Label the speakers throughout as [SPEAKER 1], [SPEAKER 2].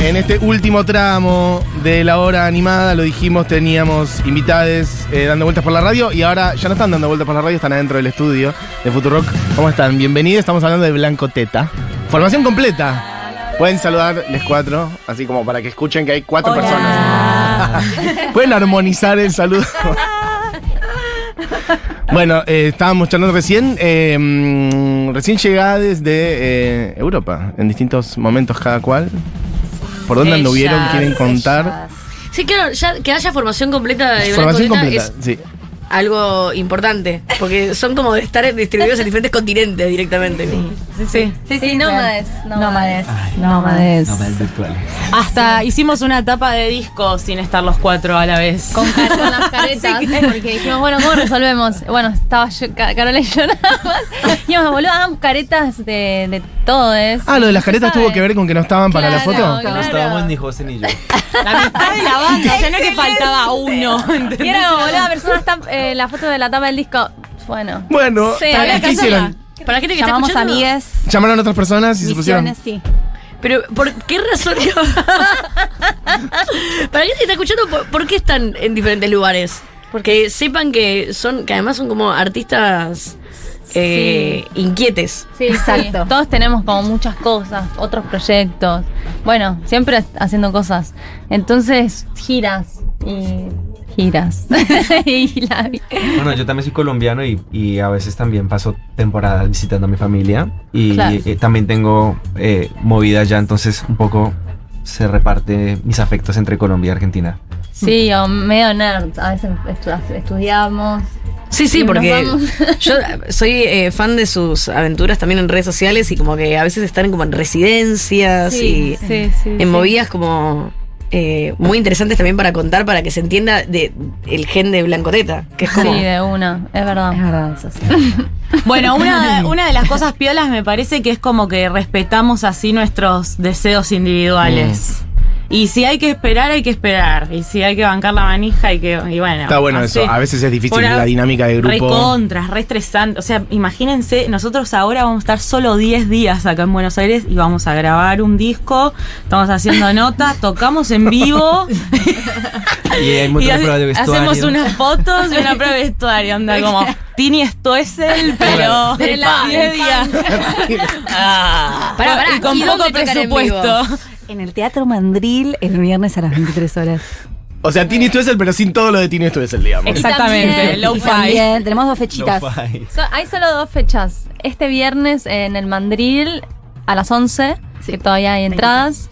[SPEAKER 1] En este último tramo de la hora animada, lo dijimos, teníamos invitades eh, dando vueltas por la radio y ahora ya no están dando vueltas por la radio, están adentro del estudio de Futurock. ¿Cómo están? Bienvenidos, estamos hablando de Blanco Teta. Formación completa. Pueden saludar les cuatro, así como para que escuchen que hay cuatro
[SPEAKER 2] Hola.
[SPEAKER 1] personas. Pueden armonizar el saludo. Bueno, eh, estábamos charlando recién, eh, mm, recién llegadas de eh, Europa, en distintos momentos cada cual. ¿Por dónde
[SPEAKER 3] Ellas,
[SPEAKER 1] anduvieron? ¿Quieren contar?
[SPEAKER 3] Sí, claro, ya que haya formación completa de
[SPEAKER 1] Formación
[SPEAKER 3] Blanco
[SPEAKER 1] completa,
[SPEAKER 3] Teta
[SPEAKER 1] sí.
[SPEAKER 3] es algo importante, porque son como de estar distribuidos en diferentes continentes directamente.
[SPEAKER 4] Sí, sí.
[SPEAKER 2] Sí, sí, nómades. Nómades.
[SPEAKER 4] Nómades.
[SPEAKER 5] virtuales.
[SPEAKER 4] Hasta hicimos una tapa de disco sin estar los cuatro a la vez.
[SPEAKER 2] Con, car- con las caretas, porque dijimos, bueno, ¿cómo resolvemos? Bueno, estaba yo, Ca- Carola y yo nada más. Y íbamos, boludo, hagamos caretas de, de todo eso.
[SPEAKER 1] Ah, lo de las caretas tuvo que ver con que no estaban para la
[SPEAKER 2] Claro,
[SPEAKER 1] foto.
[SPEAKER 2] claro.
[SPEAKER 5] No estábamos ni José ni yo.
[SPEAKER 4] La mitad de la banda, o sea, no es que faltaba uno. ¿entendés?
[SPEAKER 2] Y era como, boludo, la persona está, eh, la foto de la tapa del disco. Bueno.
[SPEAKER 1] Bueno,
[SPEAKER 2] Sí,
[SPEAKER 1] ¿qué
[SPEAKER 2] había que
[SPEAKER 1] hicieron?
[SPEAKER 3] Para la gente que
[SPEAKER 6] Llamamos
[SPEAKER 3] está
[SPEAKER 6] a
[SPEAKER 3] escuchando.
[SPEAKER 6] 10
[SPEAKER 1] Llamaron a otras personas y se pusieron.
[SPEAKER 6] misiones, sí.
[SPEAKER 3] Pero, ¿por qué razón? Para la gente que está escuchando, ¿por, por qué están en diferentes lugares? Porque sepan que son, que además son como artistas eh, inquietes.
[SPEAKER 2] Sí,
[SPEAKER 6] Exacto.
[SPEAKER 2] sí. Todos tenemos como muchas cosas, otros proyectos. Bueno, siempre haciendo cosas. Entonces, giras y giras. y la vi-
[SPEAKER 5] Bueno, yo también soy colombiano y, y a veces también paso temporadas visitando a mi familia. Y
[SPEAKER 2] Claro.
[SPEAKER 5] eh, también tengo eh, movidas ya, entonces un poco se reparte mis afectos entre Colombia y Argentina.
[SPEAKER 2] Sí, o medio nerds. A veces estu- estudiamos.
[SPEAKER 3] Sí,
[SPEAKER 2] Y
[SPEAKER 3] sí,
[SPEAKER 2] nos
[SPEAKER 3] porque
[SPEAKER 2] vamos.
[SPEAKER 3] yo soy eh, fan de sus aventuras también en redes sociales y como que a veces están como en residencias y
[SPEAKER 2] sí, sí,
[SPEAKER 3] en
[SPEAKER 2] sí.
[SPEAKER 3] movidas como eh, muy interesantes también para contar para que se entienda de el gen de Blancoteta, que es como
[SPEAKER 2] Sí, de una, es verdad.
[SPEAKER 6] Es verdad, eso sí.
[SPEAKER 4] Bueno, una, una de las cosas piolas me parece que es como que respetamos así nuestros deseos individuales. Y si hay que esperar, hay que esperar. Y si hay que bancar la manija, hay que. Y bueno.
[SPEAKER 1] Está bueno
[SPEAKER 4] así.
[SPEAKER 1] eso. A veces es difícil
[SPEAKER 4] Ah, Por ahora,
[SPEAKER 1] la dinámica de
[SPEAKER 4] Re
[SPEAKER 1] grupo.
[SPEAKER 4] contras, re estresante. O sea, imagínense, nosotros ahora vamos a estar solo 10 días acá en Buenos Aires y vamos a grabar un disco, estamos haciendo notas, tocamos en vivo
[SPEAKER 5] Y hay
[SPEAKER 4] y
[SPEAKER 5] mucha
[SPEAKER 4] hace-
[SPEAKER 5] prueba de vestuario.
[SPEAKER 4] hacemos unas fotos y una prueba de vestuario. Onda como, Tini Stoessel, pero
[SPEAKER 2] Claro. Del pan,
[SPEAKER 4] 10
[SPEAKER 2] del
[SPEAKER 4] días. Ah.
[SPEAKER 3] Pará, pará,
[SPEAKER 4] y con
[SPEAKER 3] ¿y
[SPEAKER 4] poco
[SPEAKER 3] dónde tocan en
[SPEAKER 4] presupuesto.
[SPEAKER 6] En el Teatro Mandril el viernes a las 23 horas.
[SPEAKER 1] O sea, Tini Stuessel, pero sin todo lo de Tini Stuessel, digamos.
[SPEAKER 2] Exacto.
[SPEAKER 4] Exactamente,
[SPEAKER 2] también-
[SPEAKER 4] low fi.
[SPEAKER 6] También Eh, tenemos dos
[SPEAKER 5] No
[SPEAKER 6] fechitas.
[SPEAKER 5] fai.
[SPEAKER 2] So- hay solo dos fechas. Este viernes en el Mandril a las 11, que todavía hay entradas.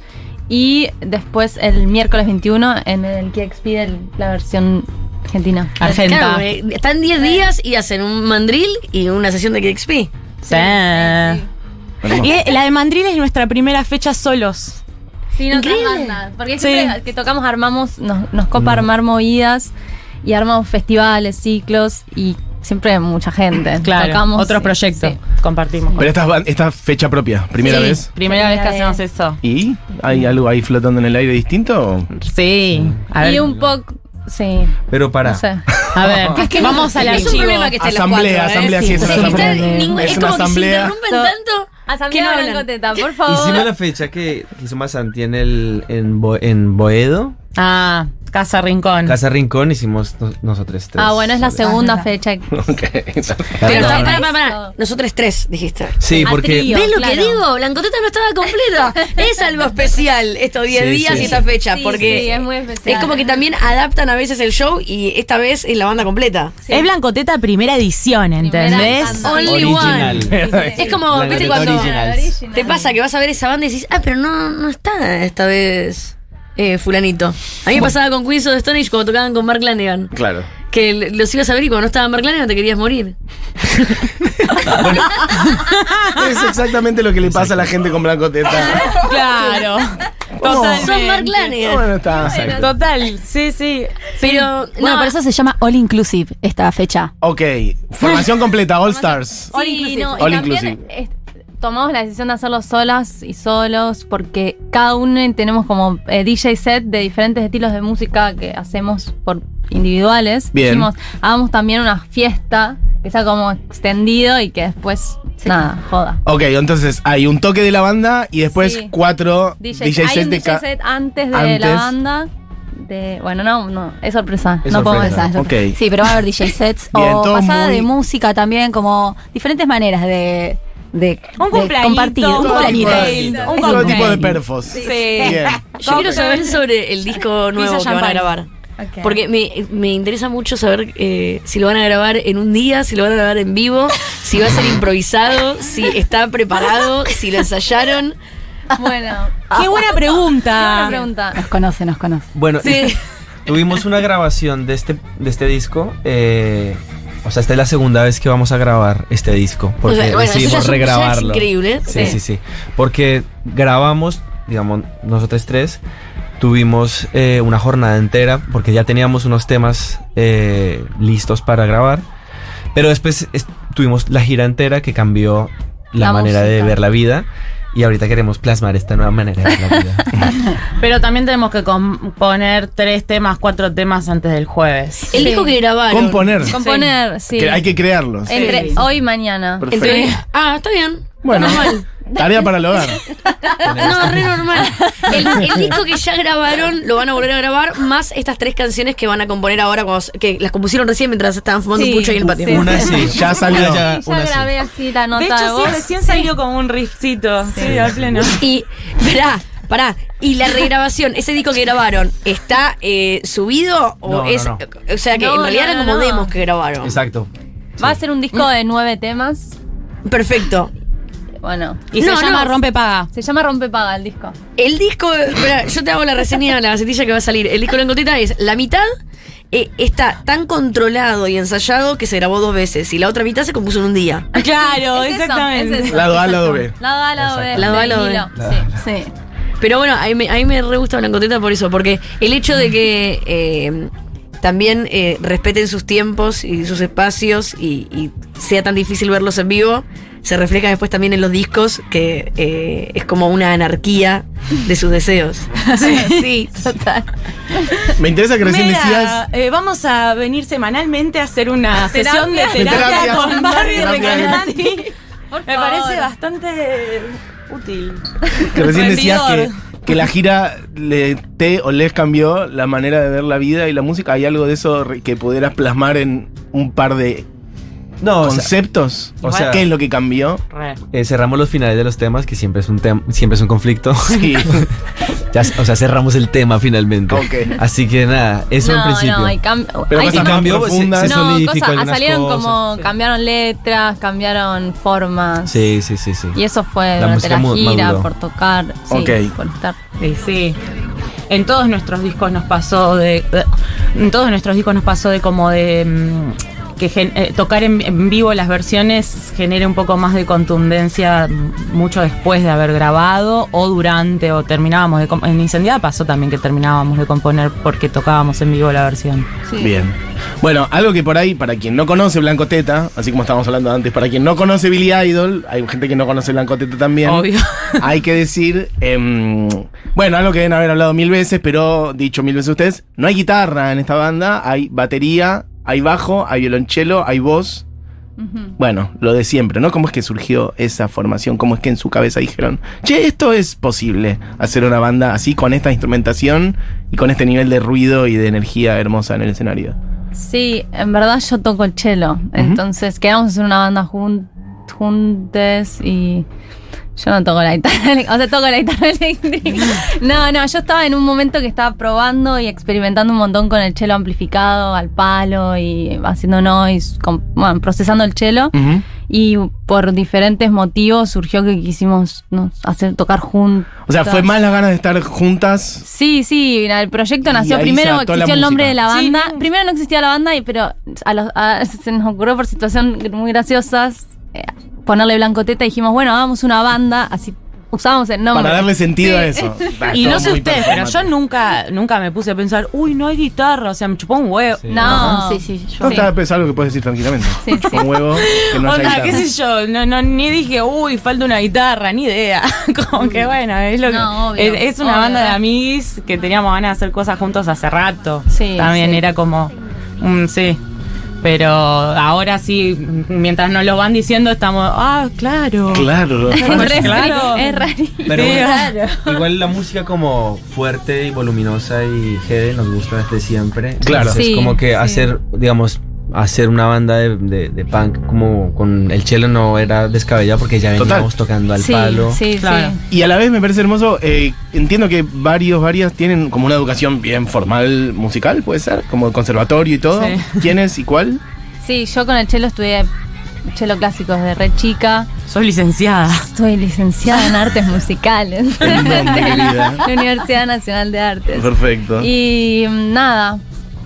[SPEAKER 2] Y después el miércoles 21 en el KXP, del- la versión argentina.
[SPEAKER 3] Claro, eh, porque están 10 días y hacen un mandril y una sesión de KXP.
[SPEAKER 4] Sí. Y la de Mandril es nuestra primera fecha solos.
[SPEAKER 2] Sí, no
[SPEAKER 3] Increíble.
[SPEAKER 2] Porque
[SPEAKER 4] Sí.
[SPEAKER 2] siempre que tocamos armamos, nos, nos copa armar movidas y armamos festivales, ciclos y siempre mucha gente.
[SPEAKER 4] Claro,
[SPEAKER 2] Tocamos,
[SPEAKER 4] otros
[SPEAKER 2] sí,
[SPEAKER 4] proyectos
[SPEAKER 2] sí.
[SPEAKER 4] compartimos.
[SPEAKER 1] Pero esta, es ban- esta es fecha propia, primera
[SPEAKER 4] Sí,
[SPEAKER 1] vez.
[SPEAKER 4] Primera vez que
[SPEAKER 2] Primera
[SPEAKER 4] hacemos
[SPEAKER 2] vez.
[SPEAKER 4] eso.
[SPEAKER 1] ¿Y hay algo ahí flotando en el aire distinto? o?
[SPEAKER 4] Sí. A
[SPEAKER 2] Y
[SPEAKER 4] ver,
[SPEAKER 2] un poco, sí,
[SPEAKER 5] Pero para.
[SPEAKER 2] no sé.
[SPEAKER 4] a ver. vamos al
[SPEAKER 3] Es un
[SPEAKER 4] archivo.
[SPEAKER 3] problema que estén los
[SPEAKER 1] Asamblea,
[SPEAKER 3] cuatro, ¿eh?
[SPEAKER 1] asamblea, sí, es
[SPEAKER 3] Sí,
[SPEAKER 1] una
[SPEAKER 3] que
[SPEAKER 1] asamblea.
[SPEAKER 3] estén ningún-
[SPEAKER 1] Es
[SPEAKER 3] es,
[SPEAKER 1] una
[SPEAKER 3] como
[SPEAKER 1] asamblea.
[SPEAKER 3] que se interrumpen tanto. que no
[SPEAKER 2] Asamblea
[SPEAKER 3] hablan.
[SPEAKER 2] Blancoteta, por favor.
[SPEAKER 5] Hicimos la fecha que hizo Mazanti en, el, en, Bo- en Boedo,
[SPEAKER 4] Ah, Casa Rincón.
[SPEAKER 5] Casa Rincón, hicimos nos- nosotros tres.
[SPEAKER 2] Ah, bueno, es la segunda
[SPEAKER 6] Ah,
[SPEAKER 2] fecha.
[SPEAKER 1] Ok.
[SPEAKER 3] Pero está-
[SPEAKER 2] Perdón.
[SPEAKER 3] pará, pará, pará. Nosotros tres, dijiste.
[SPEAKER 5] Sí,
[SPEAKER 2] Ah,
[SPEAKER 5] porque
[SPEAKER 2] trío.
[SPEAKER 3] ¿Ves lo que
[SPEAKER 2] claro.
[SPEAKER 3] digo? Blancoteta no estaba completa. es algo especial estos 10
[SPEAKER 5] Sí,
[SPEAKER 3] días y
[SPEAKER 5] sí, sí.
[SPEAKER 3] esta fecha.
[SPEAKER 2] Sí,
[SPEAKER 3] Ah, porque
[SPEAKER 2] sí, es muy especial.
[SPEAKER 3] es como que también adaptan a veces el show y esta vez es la banda completa.
[SPEAKER 4] Es Blancoteta primera edición, ¿entendés?
[SPEAKER 2] Primera
[SPEAKER 3] Only
[SPEAKER 5] original.
[SPEAKER 3] one. Es como,
[SPEAKER 5] La
[SPEAKER 3] viste,
[SPEAKER 5] Blancoteta
[SPEAKER 3] cuando
[SPEAKER 5] originals.
[SPEAKER 3] te pasa que vas a ver esa banda y decís, ah, pero no, no está esta vez eh, fulanito. A mí me pasaba con Queens of the Stone Age cuando tocaban con Mark Lanegan.
[SPEAKER 1] Claro.
[SPEAKER 3] Que l- los ibas a ver y cuando no estaba Mark Lanegan te querías morir.
[SPEAKER 1] Es exactamente lo que le pasa a la gente con Blanco Teta.
[SPEAKER 4] Claro.
[SPEAKER 3] Son Mark
[SPEAKER 4] Totalmente.
[SPEAKER 3] Lanegan.
[SPEAKER 1] Bueno, está.
[SPEAKER 4] Total, sí, sí.
[SPEAKER 3] Pero,
[SPEAKER 6] Bueno,
[SPEAKER 3] no,
[SPEAKER 6] por eso se llama All Inclusive esta fecha.
[SPEAKER 1] Ok, formación completa, All Stars.
[SPEAKER 2] Sí, no, y
[SPEAKER 1] All
[SPEAKER 2] también,
[SPEAKER 1] inclusive.
[SPEAKER 2] eh, tomamos la decisión de hacerlo solas y solos porque cada uno tenemos como eh, DJ set de diferentes estilos de música que hacemos por individuales.
[SPEAKER 1] Bien.
[SPEAKER 2] Dijimos, hagamos también una fiesta que sea como extendido y que después, nada, joda.
[SPEAKER 1] Ok, entonces hay un toque de la banda y después
[SPEAKER 2] Sí.
[SPEAKER 1] cuatro DJ,
[SPEAKER 2] hay
[SPEAKER 1] sets
[SPEAKER 2] un
[SPEAKER 1] de
[SPEAKER 2] DJ
[SPEAKER 1] ca-
[SPEAKER 2] set antes de la
[SPEAKER 1] antes.
[SPEAKER 2] banda. De, bueno, no, no, es sorpresa.
[SPEAKER 5] Es
[SPEAKER 2] no podemos
[SPEAKER 5] sorpresa.
[SPEAKER 2] decir.
[SPEAKER 6] Esa, esa.
[SPEAKER 1] Ok.
[SPEAKER 6] Sí, pero va a haber DJ sets
[SPEAKER 1] Bien,
[SPEAKER 6] o
[SPEAKER 1] todo
[SPEAKER 6] pasada
[SPEAKER 1] muy-
[SPEAKER 6] de música también, como diferentes maneras de, de,
[SPEAKER 4] Un
[SPEAKER 6] de
[SPEAKER 4] cumpleañito,
[SPEAKER 6] compartir.
[SPEAKER 4] un
[SPEAKER 1] Todo
[SPEAKER 4] cumpleañito.
[SPEAKER 1] tipo de-
[SPEAKER 4] Un
[SPEAKER 1] Todo tipo de
[SPEAKER 4] cumpleaños.
[SPEAKER 1] perfos. Bien.
[SPEAKER 3] Yo quiero saber sobre el disco nuevo que van a
[SPEAKER 4] champagne.
[SPEAKER 3] grabar. Porque me, me interesa mucho saber eh, si lo van a grabar en un día, si lo van a grabar en vivo, si va a ser improvisado, si está preparado, si lo ensayaron.
[SPEAKER 2] Bueno,
[SPEAKER 4] Qué buena
[SPEAKER 2] buena
[SPEAKER 4] pregunta.
[SPEAKER 2] pregunta.
[SPEAKER 6] Nos conoce, nos conoce.
[SPEAKER 5] Bueno,
[SPEAKER 3] Sí.
[SPEAKER 5] tuvimos una grabación de este, de este disco. eh, o sea, esta es la segunda vez que vamos a grabar este disco. Porque
[SPEAKER 3] O sea, bueno, eso ya
[SPEAKER 5] decidimos
[SPEAKER 3] es un- ya es
[SPEAKER 5] regrabarlo.
[SPEAKER 3] increíble. ¿eh? Sí.
[SPEAKER 5] Sí, sí, sí, Porque grabamos, digamos, nosotros tres. Tuvimos eh, una jornada entera porque ya teníamos unos temas eh, listos para grabar. Pero después es- tuvimos la gira entera que cambió la,
[SPEAKER 2] La
[SPEAKER 5] manera de
[SPEAKER 2] música.
[SPEAKER 5] ver la vida. Y ahorita queremos plasmar esta nueva manera de ver la vida.
[SPEAKER 4] Pero también tenemos que componer tres temas, cuatro temas antes del jueves.
[SPEAKER 3] El
[SPEAKER 2] Sí.
[SPEAKER 3] disco que grabaron.
[SPEAKER 1] Componer.
[SPEAKER 2] Componer, sí. Eh,
[SPEAKER 1] Que hay que crearlos.
[SPEAKER 2] Entre
[SPEAKER 4] Sí.
[SPEAKER 2] hoy y mañana.
[SPEAKER 1] Perfecto.
[SPEAKER 3] Entre- ah, está bien.
[SPEAKER 1] Bueno, tarea para el hogar.
[SPEAKER 3] No, re normal. El, el disco que ya grabaron lo van a volver a grabar, más estas tres canciones que van a componer ahora, cuando- que las compusieron recién mientras estaban fumando
[SPEAKER 2] Sí,
[SPEAKER 3] un pucho ahí en el patio.
[SPEAKER 2] sí.
[SPEAKER 5] Una sí,
[SPEAKER 1] Ya salió.
[SPEAKER 5] Una
[SPEAKER 2] Sí, ya
[SPEAKER 5] una sí.
[SPEAKER 2] grabé así la nota
[SPEAKER 4] De
[SPEAKER 2] de,
[SPEAKER 4] hecho, sí,
[SPEAKER 2] voz.
[SPEAKER 4] recién salió como un riffcito. Sí, al pleno.
[SPEAKER 3] Y, pará, pará. Y la regrabación, ese disco que grabaron, ¿está eh, subido? O,
[SPEAKER 5] No, no,
[SPEAKER 3] es,
[SPEAKER 5] no.
[SPEAKER 3] o sea, que
[SPEAKER 2] No,
[SPEAKER 3] en realidad
[SPEAKER 2] no,
[SPEAKER 3] eran
[SPEAKER 2] no,
[SPEAKER 3] como
[SPEAKER 2] no.
[SPEAKER 3] demos que grabaron.
[SPEAKER 5] Exacto.
[SPEAKER 2] Va a ser un disco de nueve temas.
[SPEAKER 3] Perfecto.
[SPEAKER 2] Bueno,
[SPEAKER 4] Y
[SPEAKER 3] No,
[SPEAKER 4] se llama
[SPEAKER 3] no.
[SPEAKER 4] Rompe Paga.
[SPEAKER 2] se llama Rompe Paga el disco.
[SPEAKER 3] El disco, espera, yo te hago la reseña, la gacetilla que va a salir. El disco de la encoteta es la mitad eh, está tan controlado y ensayado que se grabó dos veces y la otra mitad se compuso en un día.
[SPEAKER 4] Claro,
[SPEAKER 2] Es eso,
[SPEAKER 4] exactamente.
[SPEAKER 2] es eso,
[SPEAKER 1] Lado A, lado
[SPEAKER 2] exacto. Lado A, lado B.
[SPEAKER 3] Exacto. Lado A,
[SPEAKER 2] del
[SPEAKER 3] lado B.
[SPEAKER 2] hilo,
[SPEAKER 5] Lado A.
[SPEAKER 2] Sí, sí.
[SPEAKER 3] Pero bueno, a mí, me- a mí me re gusta Blancoteta por eso, porque el hecho de que eh, también eh, respeten sus tiempos y sus espacios y, y sea tan difícil verlos en vivo, se refleja después también en los discos, que eh, es como una anarquía de sus deseos.
[SPEAKER 2] Sí, total.
[SPEAKER 1] Me interesa que recién
[SPEAKER 4] Mira,
[SPEAKER 1] decías.
[SPEAKER 4] eh, vamos a venir semanalmente a hacer una
[SPEAKER 2] Terapia.
[SPEAKER 4] sesión de
[SPEAKER 1] De
[SPEAKER 4] terapia,
[SPEAKER 1] terapia.
[SPEAKER 4] con Barbie
[SPEAKER 1] Terapia.
[SPEAKER 4] Recanati.
[SPEAKER 2] Por
[SPEAKER 4] Me
[SPEAKER 2] favor.
[SPEAKER 4] parece bastante útil.
[SPEAKER 1] Que recién decías que,
[SPEAKER 4] Rendidor.
[SPEAKER 1] que la gira le, te o les cambió la manera de ver la vida y la música. ¿Hay algo de eso re- que pudieras plasmar en un par de
[SPEAKER 5] No, o sea,
[SPEAKER 1] conceptos?
[SPEAKER 5] o sea-
[SPEAKER 1] ¿qué es lo que cambió?
[SPEAKER 5] eh, cerramos los finales de los temas, que siempre es un tema, siempre es un conflicto.
[SPEAKER 1] Sí.
[SPEAKER 5] Ya, o sea, cerramos el tema finalmente.
[SPEAKER 1] Ok.
[SPEAKER 5] Así que nada, eso
[SPEAKER 2] no,
[SPEAKER 5] en principio.
[SPEAKER 2] No, hay cambio.
[SPEAKER 1] Pero
[SPEAKER 5] Ahí
[SPEAKER 1] cosas
[SPEAKER 5] sí
[SPEAKER 1] más
[SPEAKER 5] cambió, pues, se-
[SPEAKER 1] profundas.
[SPEAKER 5] se-
[SPEAKER 2] no,
[SPEAKER 5] solidificó
[SPEAKER 2] cosas,
[SPEAKER 5] algunas
[SPEAKER 2] salieron
[SPEAKER 5] cosas,
[SPEAKER 2] como
[SPEAKER 5] sí.
[SPEAKER 2] cambiaron letras, cambiaron formas.
[SPEAKER 5] Sí, sí, sí, sí.
[SPEAKER 2] Y eso fue
[SPEAKER 5] La
[SPEAKER 2] durante la
[SPEAKER 5] música mu-
[SPEAKER 2] gira,
[SPEAKER 5] maduró.
[SPEAKER 2] por tocar, sí,
[SPEAKER 1] Ok.
[SPEAKER 2] por estar.
[SPEAKER 4] Sí, sí. En todos nuestros discos nos pasó de. de- en todos nuestros discos nos pasó de como de. mm, que gen- eh, tocar en, en vivo las versiones genere un poco más de contundencia mm, mucho después de haber grabado o durante o terminábamos de comp- en Incendiada pasó también que terminábamos de componer porque tocábamos en vivo la versión.
[SPEAKER 2] Sí.
[SPEAKER 1] Bien. Bueno, algo que por ahí, para quien no conoce Blanco Teta, así como estábamos hablando antes, para quien no conoce Billy Idol, hay gente que no conoce Blanco Teta también.
[SPEAKER 4] Obvio.
[SPEAKER 1] Hay que decir, em, bueno, algo que deben haber hablado mil veces, pero dicho mil veces ustedes, no hay guitarra en esta banda, hay batería, hay bajo, hay violonchelo, hay voz.
[SPEAKER 2] Ujú.
[SPEAKER 1] Bueno, lo de siempre, ¿no? ¿Cómo es que surgió esa formación? ¿Cómo es que en su cabeza dijeron, che, esto es posible, hacer una banda así con esta instrumentación y con este nivel de ruido y de energía hermosa en el escenario?
[SPEAKER 2] Sí, en verdad yo toco el cello. Entonces quedamos hacer una banda jun- juntes y yo no toco la guitarra. elec- O sea, toco la guitarra eléctrica. No, no, yo estaba en un momento que estaba probando y experimentando un montón con el cello amplificado al palo y haciendo noise, con- bueno, procesando el cello.
[SPEAKER 1] Ujú.
[SPEAKER 2] Y por diferentes motivos surgió que quisimos no, hacer tocar juntos.
[SPEAKER 1] O sea, fue más las ganas de estar juntas.
[SPEAKER 2] Sí, sí, mira, el proyecto
[SPEAKER 1] Y
[SPEAKER 2] nació.
[SPEAKER 1] ahí se
[SPEAKER 2] Primero
[SPEAKER 1] adaptó la
[SPEAKER 2] existió el nombre
[SPEAKER 1] música.
[SPEAKER 2] de la
[SPEAKER 4] Sí,
[SPEAKER 2] banda.
[SPEAKER 4] no.
[SPEAKER 2] Primero no existía la banda, y- pero a los- a- se nos ocurrió por situaciones muy graciosas eh, ponerle blancoteta y dijimos, bueno, hagamos una banda, así usábamos el nombre.
[SPEAKER 1] Para darle sentido a eso. Va,
[SPEAKER 4] Y
[SPEAKER 1] Ah, todo
[SPEAKER 4] no sé
[SPEAKER 1] muy
[SPEAKER 4] ustedes, pero yo
[SPEAKER 1] performático.
[SPEAKER 4] nunca, nunca me puse a pensar, uy, no hay guitarra, o sea, me chupó un huevo.
[SPEAKER 5] Sí.
[SPEAKER 2] No,
[SPEAKER 6] Sí, sí, yo.
[SPEAKER 1] No, está, es algo que puedes decir tranquilamente.
[SPEAKER 2] Sí, sí.
[SPEAKER 1] Con huevo, que no haya
[SPEAKER 4] Onda, qué
[SPEAKER 1] guitarra.
[SPEAKER 4] sé yo, no, no, ni dije, uy, falta una guitarra, ni idea. Como
[SPEAKER 1] Mm.
[SPEAKER 4] que bueno, es lo que.
[SPEAKER 2] No, obvio,
[SPEAKER 4] es, es una
[SPEAKER 2] obvio,
[SPEAKER 4] banda de
[SPEAKER 2] ¿verdad?
[SPEAKER 4] amigos que teníamos ganas de hacer cosas juntos hace rato.
[SPEAKER 2] Sí,
[SPEAKER 4] También
[SPEAKER 2] sí.
[SPEAKER 4] era como. mm, sí. Pero ahora sí, mientras nos lo van diciendo, estamos. Ah, claro.
[SPEAKER 1] Claro.
[SPEAKER 2] re
[SPEAKER 4] Claro.
[SPEAKER 2] fri- Es rarísimo.
[SPEAKER 5] Pero
[SPEAKER 4] Sí,
[SPEAKER 5] bueno,
[SPEAKER 4] claro.
[SPEAKER 5] igual la música como fuerte y voluminosa y heavy nos gusta desde siempre.
[SPEAKER 1] Claro.
[SPEAKER 5] Entonces,
[SPEAKER 2] Sí,
[SPEAKER 5] como que
[SPEAKER 2] sí.
[SPEAKER 5] hacer, digamos, hacer una banda de, de- de punk como con el chelo no era descabellado porque ya
[SPEAKER 1] Total.
[SPEAKER 5] veníamos tocando al
[SPEAKER 2] sí,
[SPEAKER 5] palo.
[SPEAKER 2] sí,
[SPEAKER 4] Claro.
[SPEAKER 2] sí.
[SPEAKER 1] Y a la vez me parece hermoso, eh, entiendo que varios, varias tienen como una educación bien formal musical, puede ser, como conservatorio y todo.
[SPEAKER 4] Sí.
[SPEAKER 1] ¿Quién es y cuál?
[SPEAKER 2] Sí, yo con el chelo estudié chelo clásico desde re chica.
[SPEAKER 4] Soy licenciada.
[SPEAKER 2] Estoy licenciada en artes musicales.
[SPEAKER 1] El nombre, querida.
[SPEAKER 2] la Universidad Nacional de Artes.
[SPEAKER 1] Perfecto.
[SPEAKER 2] Y mm, nada,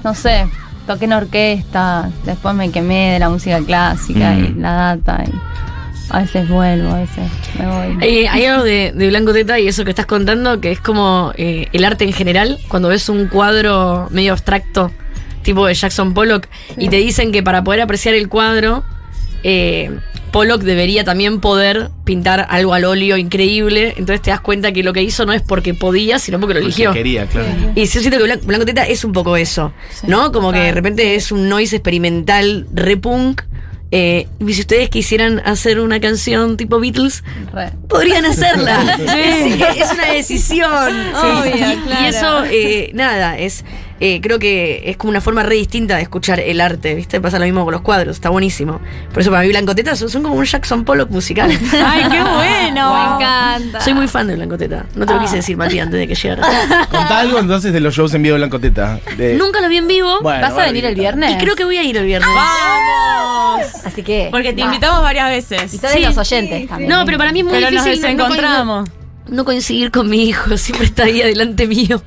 [SPEAKER 2] no sé, toqué en orquesta, después me quemé de la música clásica y
[SPEAKER 1] Mm.
[SPEAKER 2] la data. Y a veces vuelvo, a veces me voy.
[SPEAKER 3] Hay, Eh, hay algo de, de Blanco Teta y eso que estás contando que es como eh, el arte en general, cuando ves un cuadro medio abstracto, tipo de Jackson Pollock, y te dicen que para poder apreciar el cuadro, eh, Pollock debería también poder pintar algo al óleo increíble, entonces te das cuenta que lo que hizo no es porque podía, sino porque lo
[SPEAKER 1] Porque
[SPEAKER 3] eligió.
[SPEAKER 1] Quería, claro.
[SPEAKER 3] Y yo siento que Blan- Blanco Teta es un poco eso,
[SPEAKER 2] Sí.
[SPEAKER 3] ¿no? Como que de repente es un noise experimental, repunk. Eh, y si ustedes quisieran hacer una canción tipo Beatles,
[SPEAKER 2] Re.
[SPEAKER 3] podrían hacerla. Es, es una decisión. obvio.
[SPEAKER 2] obvio,
[SPEAKER 3] Y-
[SPEAKER 2] claro.
[SPEAKER 3] Y eso, eh, nada, es. eh, creo que es como una forma re distinta de escuchar el arte, ¿viste? Pasa lo mismo con los cuadros, está buenísimo. Por eso para mí Blancoteta son, son como un Jackson Pollock musical.
[SPEAKER 4] ¡Ay, qué bueno!
[SPEAKER 2] Me encanta.
[SPEAKER 3] Soy muy fan de Blancoteta. No te lo quise decir, Mati, antes de que llegara.
[SPEAKER 1] Contá algo entonces de los shows en vivo de Blanco Teta. De-
[SPEAKER 3] Nunca lo vi en vivo.
[SPEAKER 1] Bueno,
[SPEAKER 2] ¿Vas a venir el viernes?
[SPEAKER 3] Y creo que voy a ir el viernes.
[SPEAKER 4] ¡Vamos!
[SPEAKER 6] Así que.
[SPEAKER 4] Porque te
[SPEAKER 6] va.
[SPEAKER 4] invitamos varias
[SPEAKER 6] Y
[SPEAKER 4] veces.
[SPEAKER 6] todos
[SPEAKER 3] Sí,
[SPEAKER 6] los oyentes también.
[SPEAKER 3] No, pero para mí es muy
[SPEAKER 4] Pero nos
[SPEAKER 3] difícil. no- no
[SPEAKER 4] desencontramos.
[SPEAKER 3] coin- no coincidir con mi hijo, siempre está ahí adelante mío.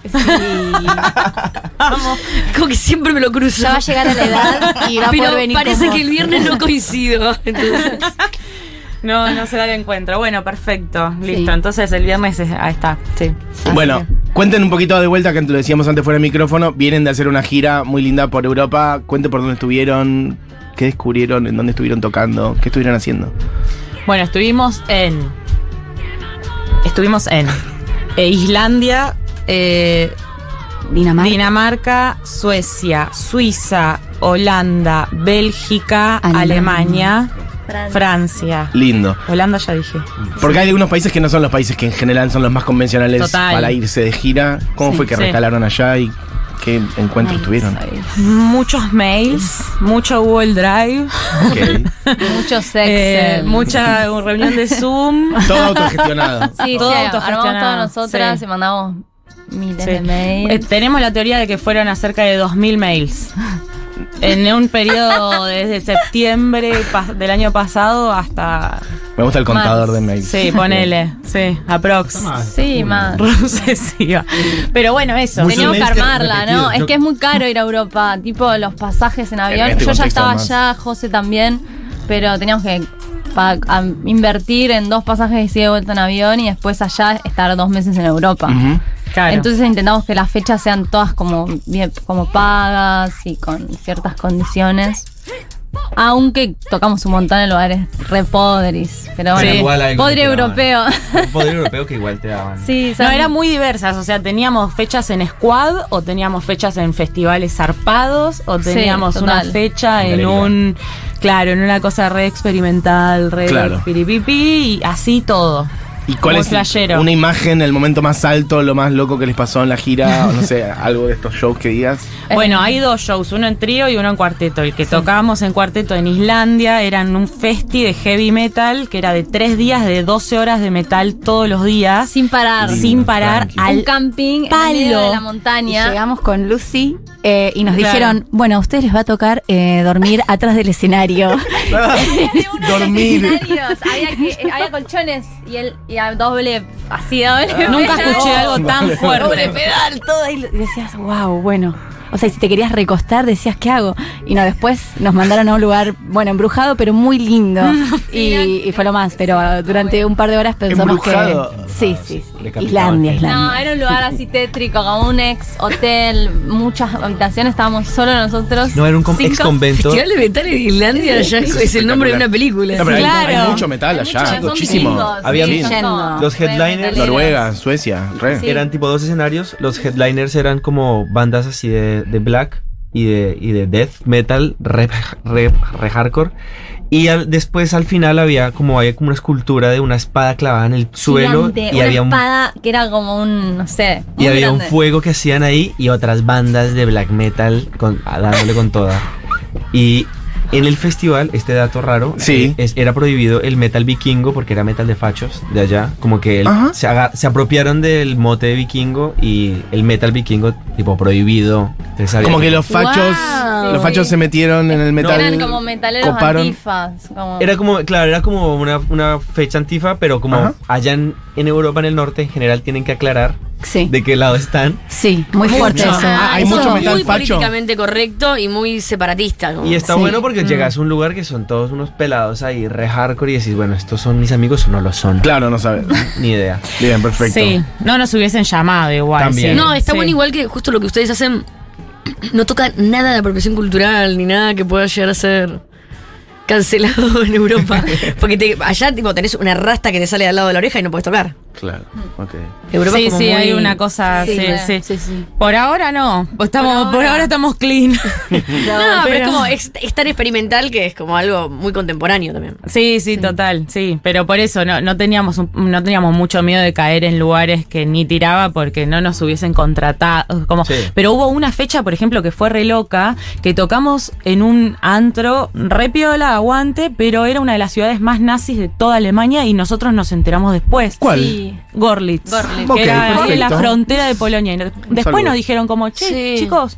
[SPEAKER 4] Vamos.
[SPEAKER 3] Como que siempre me lo cruzo.
[SPEAKER 6] Ya va a llegar a la edad y va a poder
[SPEAKER 3] Pero
[SPEAKER 6] Ah, venir.
[SPEAKER 3] parece
[SPEAKER 6] con
[SPEAKER 3] que
[SPEAKER 6] vos.
[SPEAKER 3] el viernes no coincido. Entonces,
[SPEAKER 4] No, no se da el encuentro. Bueno, perfecto. Listo.
[SPEAKER 6] Sí.
[SPEAKER 4] Entonces el viernes es- ahí está. Sí.
[SPEAKER 1] Bueno, cuenten un poquito de vuelta, que lo decíamos antes fuera del micrófono. Vienen de hacer una gira muy linda por Europa. Cuenten por dónde estuvieron, qué descubrieron, en dónde estuvieron tocando, qué estuvieron haciendo.
[SPEAKER 4] Bueno, estuvimos en. Estuvimos en eh, Islandia, eh,
[SPEAKER 6] Dinamarca.
[SPEAKER 4] Dinamarca, Suecia, Suiza, Holanda, Bélgica,
[SPEAKER 6] Alemania.
[SPEAKER 4] Alemania, Francia.
[SPEAKER 1] Lindo.
[SPEAKER 4] Holanda ya dije.
[SPEAKER 1] Porque hay algunos países que no son los países que en general son los más convencionales
[SPEAKER 4] Total.
[SPEAKER 1] para irse de gira. ¿Cómo
[SPEAKER 6] Sí,
[SPEAKER 1] fue que
[SPEAKER 4] sí.
[SPEAKER 1] recalaron allá y qué encuentros tuvieron?
[SPEAKER 4] Muchos mails, mucho Google Drive,
[SPEAKER 1] Ok.
[SPEAKER 2] Mucho sexo.
[SPEAKER 4] eh, mucha reunión de Zoom.
[SPEAKER 1] Todo autogestionado.
[SPEAKER 2] Sí,
[SPEAKER 4] Todo
[SPEAKER 2] sí,
[SPEAKER 4] autogestionado,
[SPEAKER 2] armamos todas nosotras
[SPEAKER 4] sí.
[SPEAKER 2] y mandamos miles
[SPEAKER 4] Sí.
[SPEAKER 2] de mails.
[SPEAKER 4] Eh, tenemos la teoría de que fueron acerca de 2.000 mails. En un periodo desde septiembre pas- del año pasado hasta.
[SPEAKER 1] Me gusta el contador
[SPEAKER 2] Más.
[SPEAKER 1] de mails.
[SPEAKER 4] Sí, ponele. Sí, aprox.
[SPEAKER 1] Ah,
[SPEAKER 2] sí, más.
[SPEAKER 4] Obsesiva. Pero bueno, eso.
[SPEAKER 5] Muy
[SPEAKER 2] Teníamos que
[SPEAKER 5] semestre
[SPEAKER 2] armarla,
[SPEAKER 5] repetido,
[SPEAKER 2] ¿no?
[SPEAKER 5] yo-
[SPEAKER 2] Es que es muy caro ir a Europa, tipo los pasajes en avión.
[SPEAKER 1] este
[SPEAKER 2] Yo ya
[SPEAKER 1] contexto,
[SPEAKER 2] estaba
[SPEAKER 1] además.
[SPEAKER 2] allá, José también, pero teníamos que pa- a- invertir en dos pasajes y de vuelta en avión y después allá estar dos meses en Europa.
[SPEAKER 1] Ujú.
[SPEAKER 4] Claro.
[SPEAKER 2] Entonces intentamos que las fechas sean todas como bien, como pagas y con ciertas condiciones. Aunque tocamos un montón de lugares re podris, pero
[SPEAKER 5] Pero
[SPEAKER 2] bueno,
[SPEAKER 5] igual algo
[SPEAKER 2] podre
[SPEAKER 5] que te daban.
[SPEAKER 2] europeo.
[SPEAKER 5] Un poder europeo que igual te daban.
[SPEAKER 2] sí,
[SPEAKER 4] No,
[SPEAKER 2] son-
[SPEAKER 4] eran muy diversas, o sea, teníamos fechas en squad o teníamos fechas en festivales zarpados o
[SPEAKER 2] Sí,
[SPEAKER 4] teníamos una
[SPEAKER 2] total.
[SPEAKER 4] fecha en
[SPEAKER 5] Gringa.
[SPEAKER 4] un, claro, en una cosa re experimental, re
[SPEAKER 1] Claro.
[SPEAKER 4] piripipi y así todo.
[SPEAKER 1] ¿Y cuál
[SPEAKER 4] Muy
[SPEAKER 1] es
[SPEAKER 4] flashero.
[SPEAKER 1] una imagen, el momento más alto, lo más loco que les pasó en la gira? o no sé, algo de estos shows que digas.
[SPEAKER 2] Eh.
[SPEAKER 4] Bueno, hay dos shows, uno en trío y uno en cuarteto. El que tocábamos en cuarteto en Islandia era en un festi de heavy metal que era de tres días, de 12 horas de metal todos los días,
[SPEAKER 2] sin parar.
[SPEAKER 4] sin parar
[SPEAKER 1] tranqui.
[SPEAKER 4] al
[SPEAKER 2] un camping
[SPEAKER 4] palo.
[SPEAKER 2] en el medio de la
[SPEAKER 6] Y
[SPEAKER 2] montaña.
[SPEAKER 6] llegamos con Lucy eh, y nos
[SPEAKER 4] Claro.
[SPEAKER 6] dijeron, bueno, a ustedes les va a tocar eh, dormir atrás del escenario.
[SPEAKER 1] Dormir.
[SPEAKER 2] Había, que- eh, había colchones y el y a doble, así doble.
[SPEAKER 4] Nunca
[SPEAKER 2] pedal.
[SPEAKER 4] escuché algo tan
[SPEAKER 6] Pobre
[SPEAKER 4] fuerte.
[SPEAKER 6] pedal, todo ahí. Y decías, wow, bueno. O sea, si te querías recostar, decías, ¿qué hago? Y no, después nos mandaron a un lugar, bueno, embrujado, pero muy lindo. y, y fue lo más, pero ah, durante un par de horas pensamos
[SPEAKER 1] Embrujado.
[SPEAKER 6] que... Sí, sí, sí.
[SPEAKER 5] Decapitado.
[SPEAKER 6] Islandia,
[SPEAKER 2] No,
[SPEAKER 6] Islandia.
[SPEAKER 2] era un lugar así tétrico, como un ex hotel, muchas habitaciones, estábamos solo nosotros.
[SPEAKER 5] No, era un com-
[SPEAKER 2] Cinco-
[SPEAKER 5] ex convento.
[SPEAKER 3] Festival de Metal en Islandia ya es, el nombre de una película.
[SPEAKER 1] No, pero hay- hay,
[SPEAKER 4] Claro.
[SPEAKER 1] mucho metal
[SPEAKER 2] Hay
[SPEAKER 1] allá.
[SPEAKER 2] muchos- son
[SPEAKER 1] muchísimo.
[SPEAKER 2] vikingos,
[SPEAKER 5] Había
[SPEAKER 2] sí,
[SPEAKER 5] mil.
[SPEAKER 2] son como
[SPEAKER 5] Los
[SPEAKER 2] re
[SPEAKER 5] headliners.
[SPEAKER 2] metaleros.
[SPEAKER 1] Noruega, Suecia, re.
[SPEAKER 2] Sí.
[SPEAKER 5] Eran tipo dos escenarios. Los headliners eran como bandas así de, de black y de, y de death metal, re, re- re hardcore. Y al- después al final había como, había como una escultura de una espada clavada en el suelo
[SPEAKER 2] Gigante,
[SPEAKER 5] y
[SPEAKER 2] una
[SPEAKER 5] había un
[SPEAKER 2] espada que era como un, no sé,
[SPEAKER 5] y
[SPEAKER 2] muy
[SPEAKER 5] había un
[SPEAKER 2] grande.
[SPEAKER 5] fuego que hacían ahí y otras bandas de black metal con, a- dándole con toda. Y en el festival, este dato raro,
[SPEAKER 1] Sí.
[SPEAKER 5] eh, es- era prohibido el metal vikingo porque era metal de fachos de allá. Como que el-
[SPEAKER 1] Ajá.
[SPEAKER 5] se, aga- se apropiaron del mote de vikingo y el metal vikingo, tipo prohibido. Entonces había
[SPEAKER 1] Como que los fachos,
[SPEAKER 3] Wow.
[SPEAKER 1] los fachos se metieron en el metal.
[SPEAKER 2] Eran como metaleros
[SPEAKER 1] coparon.
[SPEAKER 2] antifas. Como...
[SPEAKER 5] Era como, claro, era como una, una fecha antifa, pero como
[SPEAKER 1] Ajá.
[SPEAKER 5] allá en, en Europa, en el norte, en general tienen que aclarar
[SPEAKER 6] Sí.
[SPEAKER 5] de qué lado están.
[SPEAKER 6] Sí, muy fuerte
[SPEAKER 1] Mucho.
[SPEAKER 6] eso.
[SPEAKER 1] Ah, hay
[SPEAKER 6] Eso-
[SPEAKER 1] mucho
[SPEAKER 3] muy
[SPEAKER 1] metal facho.
[SPEAKER 3] políticamente correcto y muy separatista. como-
[SPEAKER 5] Y está
[SPEAKER 6] Sí.
[SPEAKER 5] bueno
[SPEAKER 4] Mm.
[SPEAKER 5] porque llegas a un lugar que son todos unos pelados ahí re hardcore y decís, bueno, estos son mis amigos o no lo son.
[SPEAKER 1] Claro, no sabes.
[SPEAKER 5] Ni idea.
[SPEAKER 1] Bien, perfecto.
[SPEAKER 4] Sí, no nos hubiesen llamado igual.
[SPEAKER 5] También.
[SPEAKER 4] sí.
[SPEAKER 3] No, está
[SPEAKER 4] Sí.
[SPEAKER 3] bueno igual que justo lo que ustedes hacen no toca nada de apropiación cultural ni nada que pueda llegar a ser cancelado en Europa. Porque te- allá tipo, tenés una rasta que te sale al lado de la oreja y no puedes tocar.
[SPEAKER 1] Claro. Ok.
[SPEAKER 3] Europa es
[SPEAKER 4] Sí,
[SPEAKER 3] como
[SPEAKER 4] sí,
[SPEAKER 3] muy-
[SPEAKER 4] hay una cosa.
[SPEAKER 2] Sí,
[SPEAKER 4] Sí,
[SPEAKER 2] eh.
[SPEAKER 4] sí.
[SPEAKER 6] Sí, sí.
[SPEAKER 4] Por ahora no. Estamos, por, ahora. estamos clean.
[SPEAKER 3] No, pero, es como es, es tan experimental que es como algo muy contemporáneo también.
[SPEAKER 4] Sí, sí, total, sí. Pero por eso no, no teníamos un- no teníamos mucho miedo de caer en lugares que ni tiraba porque no nos hubiesen contratado. Como,
[SPEAKER 5] Sí.
[SPEAKER 4] Pero hubo una fecha, por ejemplo, que fue re loca, que tocamos en un antro re piola, aguante, pero era una de las ciudades más nazis de toda Alemania y nosotros nos enteramos después.
[SPEAKER 1] ¿Cuál? Ah,
[SPEAKER 2] Sí.
[SPEAKER 4] Gorlitz.
[SPEAKER 2] Gorlitz.
[SPEAKER 4] Que
[SPEAKER 1] Ok,
[SPEAKER 4] era ahí en la
[SPEAKER 1] perfecto.
[SPEAKER 4] frontera de Polonia. Y no- Después
[SPEAKER 1] saludo.
[SPEAKER 4] nos dijeron como, che,
[SPEAKER 3] Sí.
[SPEAKER 4] chicos,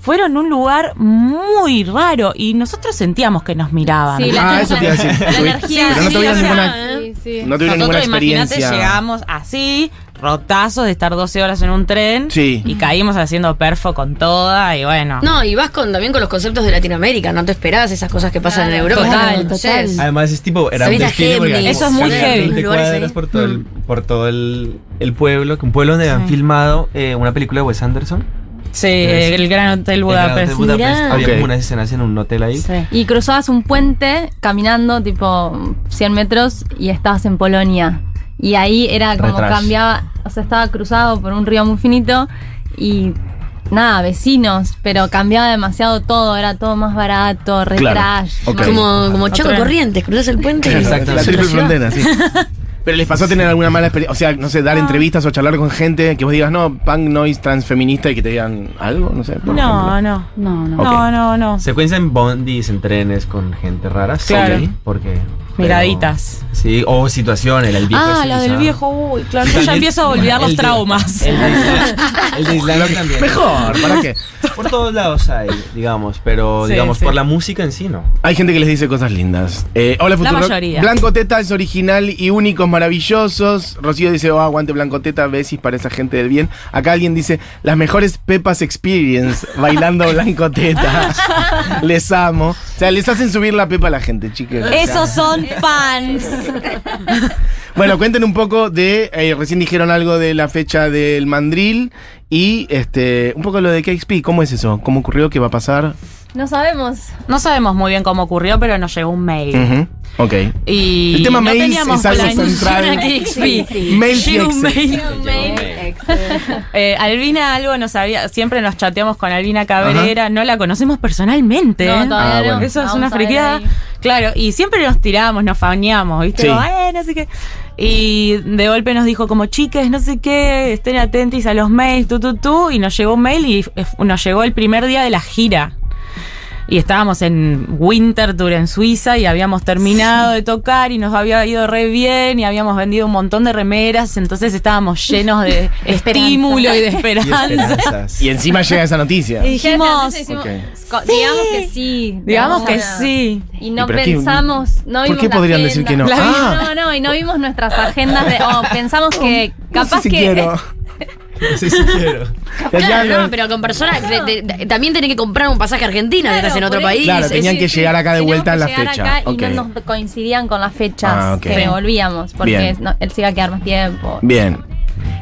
[SPEAKER 4] fueron un lugar muy raro y nosotros sentíamos que nos miraban.
[SPEAKER 2] Sí,
[SPEAKER 1] Ah, eso te iba a decir.
[SPEAKER 2] La
[SPEAKER 1] Uy,
[SPEAKER 2] energía.
[SPEAKER 1] pero no
[SPEAKER 2] sí,
[SPEAKER 1] tuvieron
[SPEAKER 2] o sea,
[SPEAKER 1] ninguna-
[SPEAKER 2] sí, sí.
[SPEAKER 1] No tuvieron ninguna
[SPEAKER 4] Nosotros, imagínate,
[SPEAKER 1] experiencia.
[SPEAKER 4] llegamos así, rotazos de estar 12 horas en un tren.
[SPEAKER 1] Sí.
[SPEAKER 4] Y caímos haciendo perfo con toda y bueno.
[SPEAKER 3] No, y vas con, también con los conceptos de Latinoamérica, no te esperás esas cosas que pasan en Europa.
[SPEAKER 6] Total,
[SPEAKER 3] no las conoces.
[SPEAKER 6] total.
[SPEAKER 5] Además es tipo, era un
[SPEAKER 3] Sabes, la
[SPEAKER 5] desfile.
[SPEAKER 3] Hemley.
[SPEAKER 5] porque
[SPEAKER 4] Eso es muy
[SPEAKER 5] caminaban
[SPEAKER 4] heavy. Mm.
[SPEAKER 5] 20
[SPEAKER 3] Lugares
[SPEAKER 5] cuadras
[SPEAKER 3] ahí.
[SPEAKER 5] por todo, el, por todo el, el pueblo, que un pueblo donde habían filmado eh, una película de Wes Anderson.
[SPEAKER 4] Sí, el Gran Hotel
[SPEAKER 5] El Gran Hotel
[SPEAKER 4] Budapest.
[SPEAKER 5] Budapest.
[SPEAKER 3] Mirá.
[SPEAKER 5] Había
[SPEAKER 1] Ok.
[SPEAKER 5] como unas escenas en un hotel ahí.
[SPEAKER 4] Sí.
[SPEAKER 2] Y cruzabas un puente caminando tipo 100 metros y estabas en Polonia. Y ahí era como
[SPEAKER 5] Retrash.
[SPEAKER 2] cambiaba, o sea, estaba cruzado por un río muy finito y nada, vecinos, pero cambiaba demasiado todo, era todo más barato, retrash.
[SPEAKER 1] ok.
[SPEAKER 2] más-
[SPEAKER 3] Como, como Chaco
[SPEAKER 4] Otra.
[SPEAKER 3] Corrientes, cruzas el puente. y-
[SPEAKER 5] Exactamente.
[SPEAKER 1] La triple
[SPEAKER 3] Otra
[SPEAKER 1] frontera,
[SPEAKER 3] ciudad.
[SPEAKER 1] sí. Pero les pasó a tener alguna mala experiencia, o sea, no sé, dar entrevistas o charlar con gente que vos digas, no, punk noise transfeminista y que te digan algo, no sé. por
[SPEAKER 4] No,
[SPEAKER 1] ejemplo.
[SPEAKER 4] no.
[SPEAKER 6] No, no.
[SPEAKER 1] Ok.
[SPEAKER 4] No, no, no.
[SPEAKER 5] Secuencia en bondis, en trenes con gente rara. sí,
[SPEAKER 4] Claro.
[SPEAKER 5] Porque...
[SPEAKER 4] Miraditas.
[SPEAKER 5] pero- sí, o situaciones. El viejo
[SPEAKER 4] Ah,
[SPEAKER 5] este
[SPEAKER 4] la
[SPEAKER 5] que
[SPEAKER 4] del
[SPEAKER 5] usaba-
[SPEAKER 4] viejo, uy, claro. Yo ya
[SPEAKER 5] También-
[SPEAKER 4] empiezo a olvidar
[SPEAKER 5] el
[SPEAKER 4] los
[SPEAKER 5] de-
[SPEAKER 4] traumas.
[SPEAKER 5] El de Isla- el de Islandia también.
[SPEAKER 1] Mejor, ¿para qué?
[SPEAKER 5] Por todos lados hay, digamos, pero
[SPEAKER 4] Sí,
[SPEAKER 5] digamos,
[SPEAKER 4] sí.
[SPEAKER 5] por la música en sí no.
[SPEAKER 1] Hay gente que les dice cosas lindas. Eh, hola,
[SPEAKER 4] La
[SPEAKER 1] Futuro.
[SPEAKER 4] mayoría.
[SPEAKER 1] Blanco Teta es original y únicos, maravillosos. Rocío dice, oh, aguante Blanco Teta, besis para esa gente del bien. Acá alguien dice, las mejores Pepas Experience, bailando Blanco Teta. les amo. O sea, les hacen subir la pepa a la gente, chicos.
[SPEAKER 4] Esos son fans.
[SPEAKER 1] Bueno, cuenten un poco de. eh, recién dijeron algo de la fecha del mandril y este un poco lo de KXP. ¿Cómo es eso? ¿Cómo ocurrió? ¿Qué va a pasar?
[SPEAKER 2] No sabemos.
[SPEAKER 4] No sabemos muy bien cómo ocurrió, pero nos llegó un mail.
[SPEAKER 1] Ujú, Ok.
[SPEAKER 4] Y
[SPEAKER 1] El tema
[SPEAKER 4] no
[SPEAKER 1] mails
[SPEAKER 4] teníamos
[SPEAKER 1] es algo
[SPEAKER 4] planeado.
[SPEAKER 1] central.
[SPEAKER 4] Una KXP.
[SPEAKER 1] Mail E. y
[SPEAKER 4] Llega un
[SPEAKER 1] Excel.
[SPEAKER 4] mail.
[SPEAKER 6] Excelente.
[SPEAKER 4] Eh, Albina algo nos había, siempre nos chateamos con Albina Cabrera, no la conocemos personalmente.
[SPEAKER 2] No,
[SPEAKER 4] ¿eh?
[SPEAKER 2] todavía
[SPEAKER 5] Ah,
[SPEAKER 2] no.
[SPEAKER 5] bueno.
[SPEAKER 4] Eso es
[SPEAKER 2] Vamos
[SPEAKER 4] una
[SPEAKER 2] a ver
[SPEAKER 4] friqueada.
[SPEAKER 2] ahí.
[SPEAKER 4] Claro, y siempre nos tirábamos, nos fauneamos, ¿viste?
[SPEAKER 1] Sí.
[SPEAKER 4] Como, "Eh, no sé qué. Y de golpe nos dijo como, chiques, no sé qué, estén atentos a los mails, tú, tú, tú. Y nos llegó un mail y eh, nos llegó el primer día de la gira. Y estábamos en Winter Tour en Suiza y habíamos terminado de tocar y nos había ido re bien y habíamos vendido un montón de remeras, entonces estábamos llenos de estímulo y de
[SPEAKER 5] Y
[SPEAKER 4] esperanza.
[SPEAKER 5] esperanzas.
[SPEAKER 1] Y encima llega esa noticia.
[SPEAKER 4] Y dijimos,
[SPEAKER 2] Entonces
[SPEAKER 1] Ok.
[SPEAKER 2] co- digamos que sí.
[SPEAKER 4] digamos que
[SPEAKER 2] ahora.
[SPEAKER 4] sí.
[SPEAKER 2] Y no
[SPEAKER 1] ¿Y pero qué?
[SPEAKER 2] pensamos, no
[SPEAKER 1] ¿Por
[SPEAKER 2] vimos
[SPEAKER 1] qué
[SPEAKER 2] la
[SPEAKER 1] podrían
[SPEAKER 2] agenda.
[SPEAKER 1] decir que no?
[SPEAKER 4] La
[SPEAKER 1] Ah.
[SPEAKER 2] No, no, y no vimos nuestras agendas de, oh, pensamos que
[SPEAKER 1] No sé
[SPEAKER 2] capaz
[SPEAKER 1] si
[SPEAKER 2] que
[SPEAKER 1] quiero.
[SPEAKER 5] No sé si quiero.
[SPEAKER 1] Claro,
[SPEAKER 3] Claro, no, pero con personas. de- de- de- también tenés que comprar un pasaje a Argentina si estás en otro
[SPEAKER 2] por
[SPEAKER 3] país.
[SPEAKER 2] eso.
[SPEAKER 1] Claro,
[SPEAKER 3] es-
[SPEAKER 1] tenían que llegar acá de
[SPEAKER 2] Teníamos
[SPEAKER 1] vuelta
[SPEAKER 2] que
[SPEAKER 1] en la
[SPEAKER 2] llegar
[SPEAKER 1] fecha.
[SPEAKER 2] acá
[SPEAKER 1] Ok.
[SPEAKER 2] Y no nos coincidían con las fechas
[SPEAKER 1] Ah, ok.
[SPEAKER 2] que volvíamos, porque
[SPEAKER 1] Bien.
[SPEAKER 2] no- él se iba a quedar más tiempo.
[SPEAKER 1] Bien.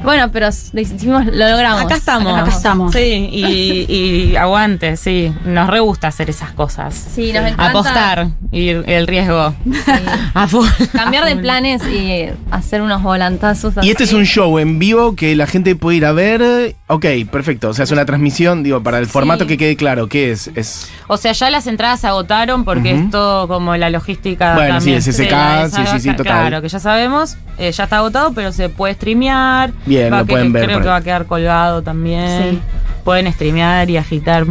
[SPEAKER 2] Bueno, pero lo hicimos, lo logramos.
[SPEAKER 4] Acá estamos.
[SPEAKER 6] Acá estamos.
[SPEAKER 4] Sí, y, y aguante, sí. Nos re gusta hacer esas cosas.
[SPEAKER 2] Sí, nos encanta.
[SPEAKER 4] Apostar y el riesgo.
[SPEAKER 2] Sí.
[SPEAKER 4] A full.
[SPEAKER 2] Cambiar
[SPEAKER 4] A
[SPEAKER 2] de
[SPEAKER 4] full.
[SPEAKER 2] planes y hacer unos volantazos.
[SPEAKER 1] Y este es
[SPEAKER 2] así.
[SPEAKER 1] un show en vivo que la gente puede ir a ver. Ok, perfecto. O sea, es una transmisión, digo, para el formato que quede claro. ¿Qué es? Es
[SPEAKER 4] O sea, ya las entradas se agotaron porque
[SPEAKER 1] Ujú.
[SPEAKER 4] es todo como la logística.
[SPEAKER 1] Bueno,
[SPEAKER 4] también.
[SPEAKER 1] sí, el
[SPEAKER 4] se
[SPEAKER 1] CCK,
[SPEAKER 4] la
[SPEAKER 1] sí, sí, sí,
[SPEAKER 4] desagota-
[SPEAKER 1] total.
[SPEAKER 4] Claro, que ya sabemos, eh, ya está agotado, pero se puede streamear.
[SPEAKER 1] Bien,
[SPEAKER 4] Va
[SPEAKER 1] lo
[SPEAKER 4] que-
[SPEAKER 1] pueden ver
[SPEAKER 4] Creo
[SPEAKER 1] por
[SPEAKER 4] que
[SPEAKER 1] ahí.
[SPEAKER 4] va a quedar colgado también.
[SPEAKER 6] Sí.
[SPEAKER 4] Pueden streamear y agitar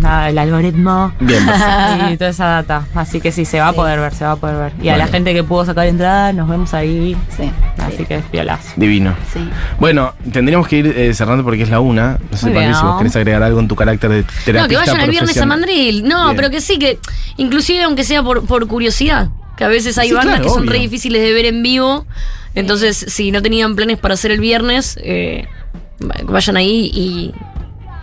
[SPEAKER 4] nada, el algoritmo.
[SPEAKER 1] bien. perfecto.
[SPEAKER 4] Y toda esa data. Así que sí, se va a poder ver, se va a poder ver. Y a la
[SPEAKER 1] Bueno.
[SPEAKER 4] gente que pudo sacar entrada, nos vemos ahí.
[SPEAKER 6] Sí,
[SPEAKER 4] Así que es piolazo.
[SPEAKER 1] Divino.
[SPEAKER 6] sí.
[SPEAKER 1] Bueno, tendríamos que ir eh, cerrando porque es la una. No sé,
[SPEAKER 4] Muy
[SPEAKER 1] Palmi,
[SPEAKER 4] bien.
[SPEAKER 1] si vos querés agregar algo en tu carácter de terapeuta.
[SPEAKER 3] No, que vayan el viernes a Mandril. No,
[SPEAKER 1] Bien.
[SPEAKER 3] pero que sí, que inclusive aunque sea por, por curiosidad, que a veces hay
[SPEAKER 1] Sí,
[SPEAKER 3] bandas
[SPEAKER 1] claro,
[SPEAKER 3] que son
[SPEAKER 1] obvio.
[SPEAKER 3] re difíciles de ver en vivo. Entonces, si no tenían planes para hacer el viernes, eh, va- vayan ahí y,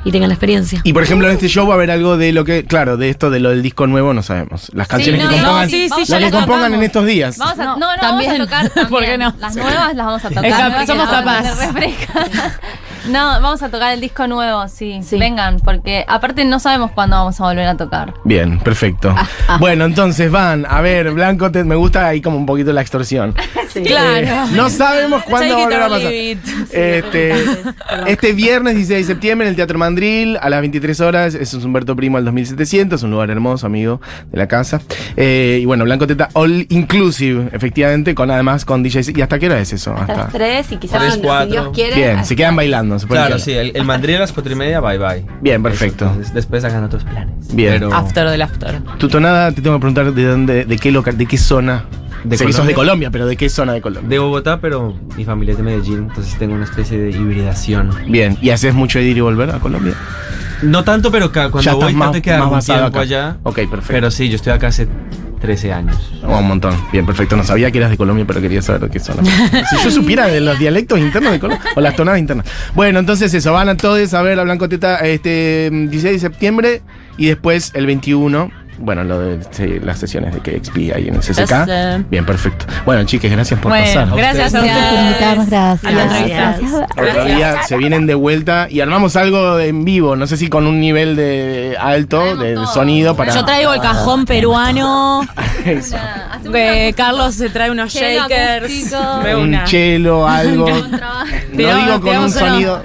[SPEAKER 3] y tengan la experiencia.
[SPEAKER 1] Y por ejemplo, en este show va a haber algo de lo que. Claro, de esto, de lo del disco nuevo, no sabemos. Las canciones
[SPEAKER 2] no,
[SPEAKER 1] que
[SPEAKER 2] no,
[SPEAKER 1] compongan.
[SPEAKER 2] sí, sí,
[SPEAKER 1] lo
[SPEAKER 2] ya
[SPEAKER 1] que
[SPEAKER 2] las
[SPEAKER 1] compongan en
[SPEAKER 4] tocamos.
[SPEAKER 1] estos días.
[SPEAKER 2] Vamos a, no, no,
[SPEAKER 6] también.
[SPEAKER 2] vamos a tocar. También.
[SPEAKER 4] ¿Por qué no?
[SPEAKER 2] Las nuevas las vamos a tocar.
[SPEAKER 4] Es cap-
[SPEAKER 2] Para que
[SPEAKER 4] somos
[SPEAKER 2] la banda
[SPEAKER 4] capaz.
[SPEAKER 2] se refresca. No, vamos a tocar el disco nuevo, sí.
[SPEAKER 6] Sí.
[SPEAKER 2] Vengan, porque aparte no sabemos cuándo vamos a volver a tocar.
[SPEAKER 1] Bien, perfecto.
[SPEAKER 6] Ah,
[SPEAKER 1] Bueno, entonces van, a ver, Blanco, te- me gusta ahí como un poquito la extorsión.
[SPEAKER 4] Eh, Claro.
[SPEAKER 1] No sabemos cuándo
[SPEAKER 4] Take it
[SPEAKER 1] volverá a
[SPEAKER 4] or
[SPEAKER 1] pasar.
[SPEAKER 4] leave it.
[SPEAKER 1] Este, este viernes 16 de septiembre en el Teatro Mandril a las 23 horas. Eso es Humberto Primo al 2700, un lugar hermoso, amigo de la casa. Eh, y bueno, Blanco Teta All Inclusive, efectivamente, con además con DJs. ¿Y hasta qué hora es eso?
[SPEAKER 6] Hasta
[SPEAKER 1] Hasta-
[SPEAKER 6] las tres y quizás
[SPEAKER 5] Tres,
[SPEAKER 6] si
[SPEAKER 5] cuatro.
[SPEAKER 6] Dios quiere.
[SPEAKER 1] Bien, se quedan bailando. se pueden
[SPEAKER 5] Claro,
[SPEAKER 1] quedar.
[SPEAKER 5] sí, el, el mandril a las cuatro y media, bye bye.
[SPEAKER 1] Bien, perfecto.
[SPEAKER 5] Entonces, después hagan otros planes.
[SPEAKER 1] Bien.
[SPEAKER 4] After del after.
[SPEAKER 1] Tu tonada, te tengo que preguntar de dónde, de qué local, de qué zona.
[SPEAKER 5] De
[SPEAKER 1] Sé que sos
[SPEAKER 5] Colombia.
[SPEAKER 1] de Colombia, pero de qué zona de Colombia.
[SPEAKER 5] De Bogotá, pero mi familia es de Medellín, entonces tengo una especie de hibridación.
[SPEAKER 1] Bien, ¿y haces mucho ir y volver a Colombia?
[SPEAKER 5] No tanto, pero ca- cuando
[SPEAKER 1] Ya estás
[SPEAKER 5] voy trato
[SPEAKER 1] más,
[SPEAKER 5] de quedarme
[SPEAKER 1] más
[SPEAKER 5] un
[SPEAKER 1] basado
[SPEAKER 5] tiempo
[SPEAKER 1] acá.
[SPEAKER 5] allá.
[SPEAKER 1] Ok, perfecto.
[SPEAKER 5] Pero sí, yo estoy acá hace 13 años.
[SPEAKER 1] Oh, un montón. Bien, perfecto. No sabía que eras de Colombia, pero quería saber de qué zona. si yo supiera de los dialectos internos de Colombia o las tonadas internas. Bueno, entonces eso, van a todos a ver a Blanco Teta este mm, 16 de septiembre y después el 21. Bueno, lo de sí, las sesiones de KXP ahí en el
[SPEAKER 4] Ya sé.
[SPEAKER 1] CCK. Bien, perfecto. Bueno, chiques, gracias por pasar.
[SPEAKER 4] Bueno, gracias a
[SPEAKER 6] Gracias por invitarnos,
[SPEAKER 4] ustedes.
[SPEAKER 6] gracias.
[SPEAKER 4] A la entrevista.
[SPEAKER 6] Gracias.
[SPEAKER 1] Otro día se vienen de vuelta y armamos algo en vivo, no sé si con un nivel de alto de, de sonido para
[SPEAKER 4] Yo traigo el cajón peruano.
[SPEAKER 1] eso.
[SPEAKER 4] que Carlos se trae unos
[SPEAKER 2] Hielo
[SPEAKER 4] shakers.
[SPEAKER 2] acústico.
[SPEAKER 4] Re
[SPEAKER 1] un
[SPEAKER 4] una.
[SPEAKER 1] chelo, algo. No digo con un
[SPEAKER 4] Tiramos uno.
[SPEAKER 1] sonido.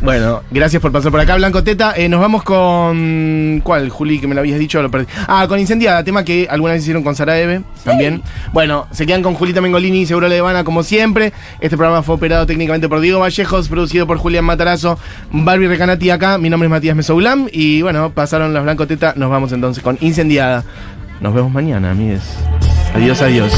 [SPEAKER 1] Bueno, gracias por pasar por acá, Blanco Teta. Eh, nos vamos con. ¿Cuál, Juli? Que me lo habías dicho, lo perdí. Ah, con Incendiada, tema que alguna vez hicieron con Sara Eve también. Bueno, se quedan con Julita Mengolini y Seguro Levana, como siempre. Este programa fue operado técnicamente por Diego Vallejos, producido por Julián Matarazo, Barbie Recanati acá. Mi nombre es Matías Mesoulam. Y bueno, pasaron las Blanco Teta. Nos vamos entonces con Incendiada. Nos vemos mañana, amigues. Adiós, adiós.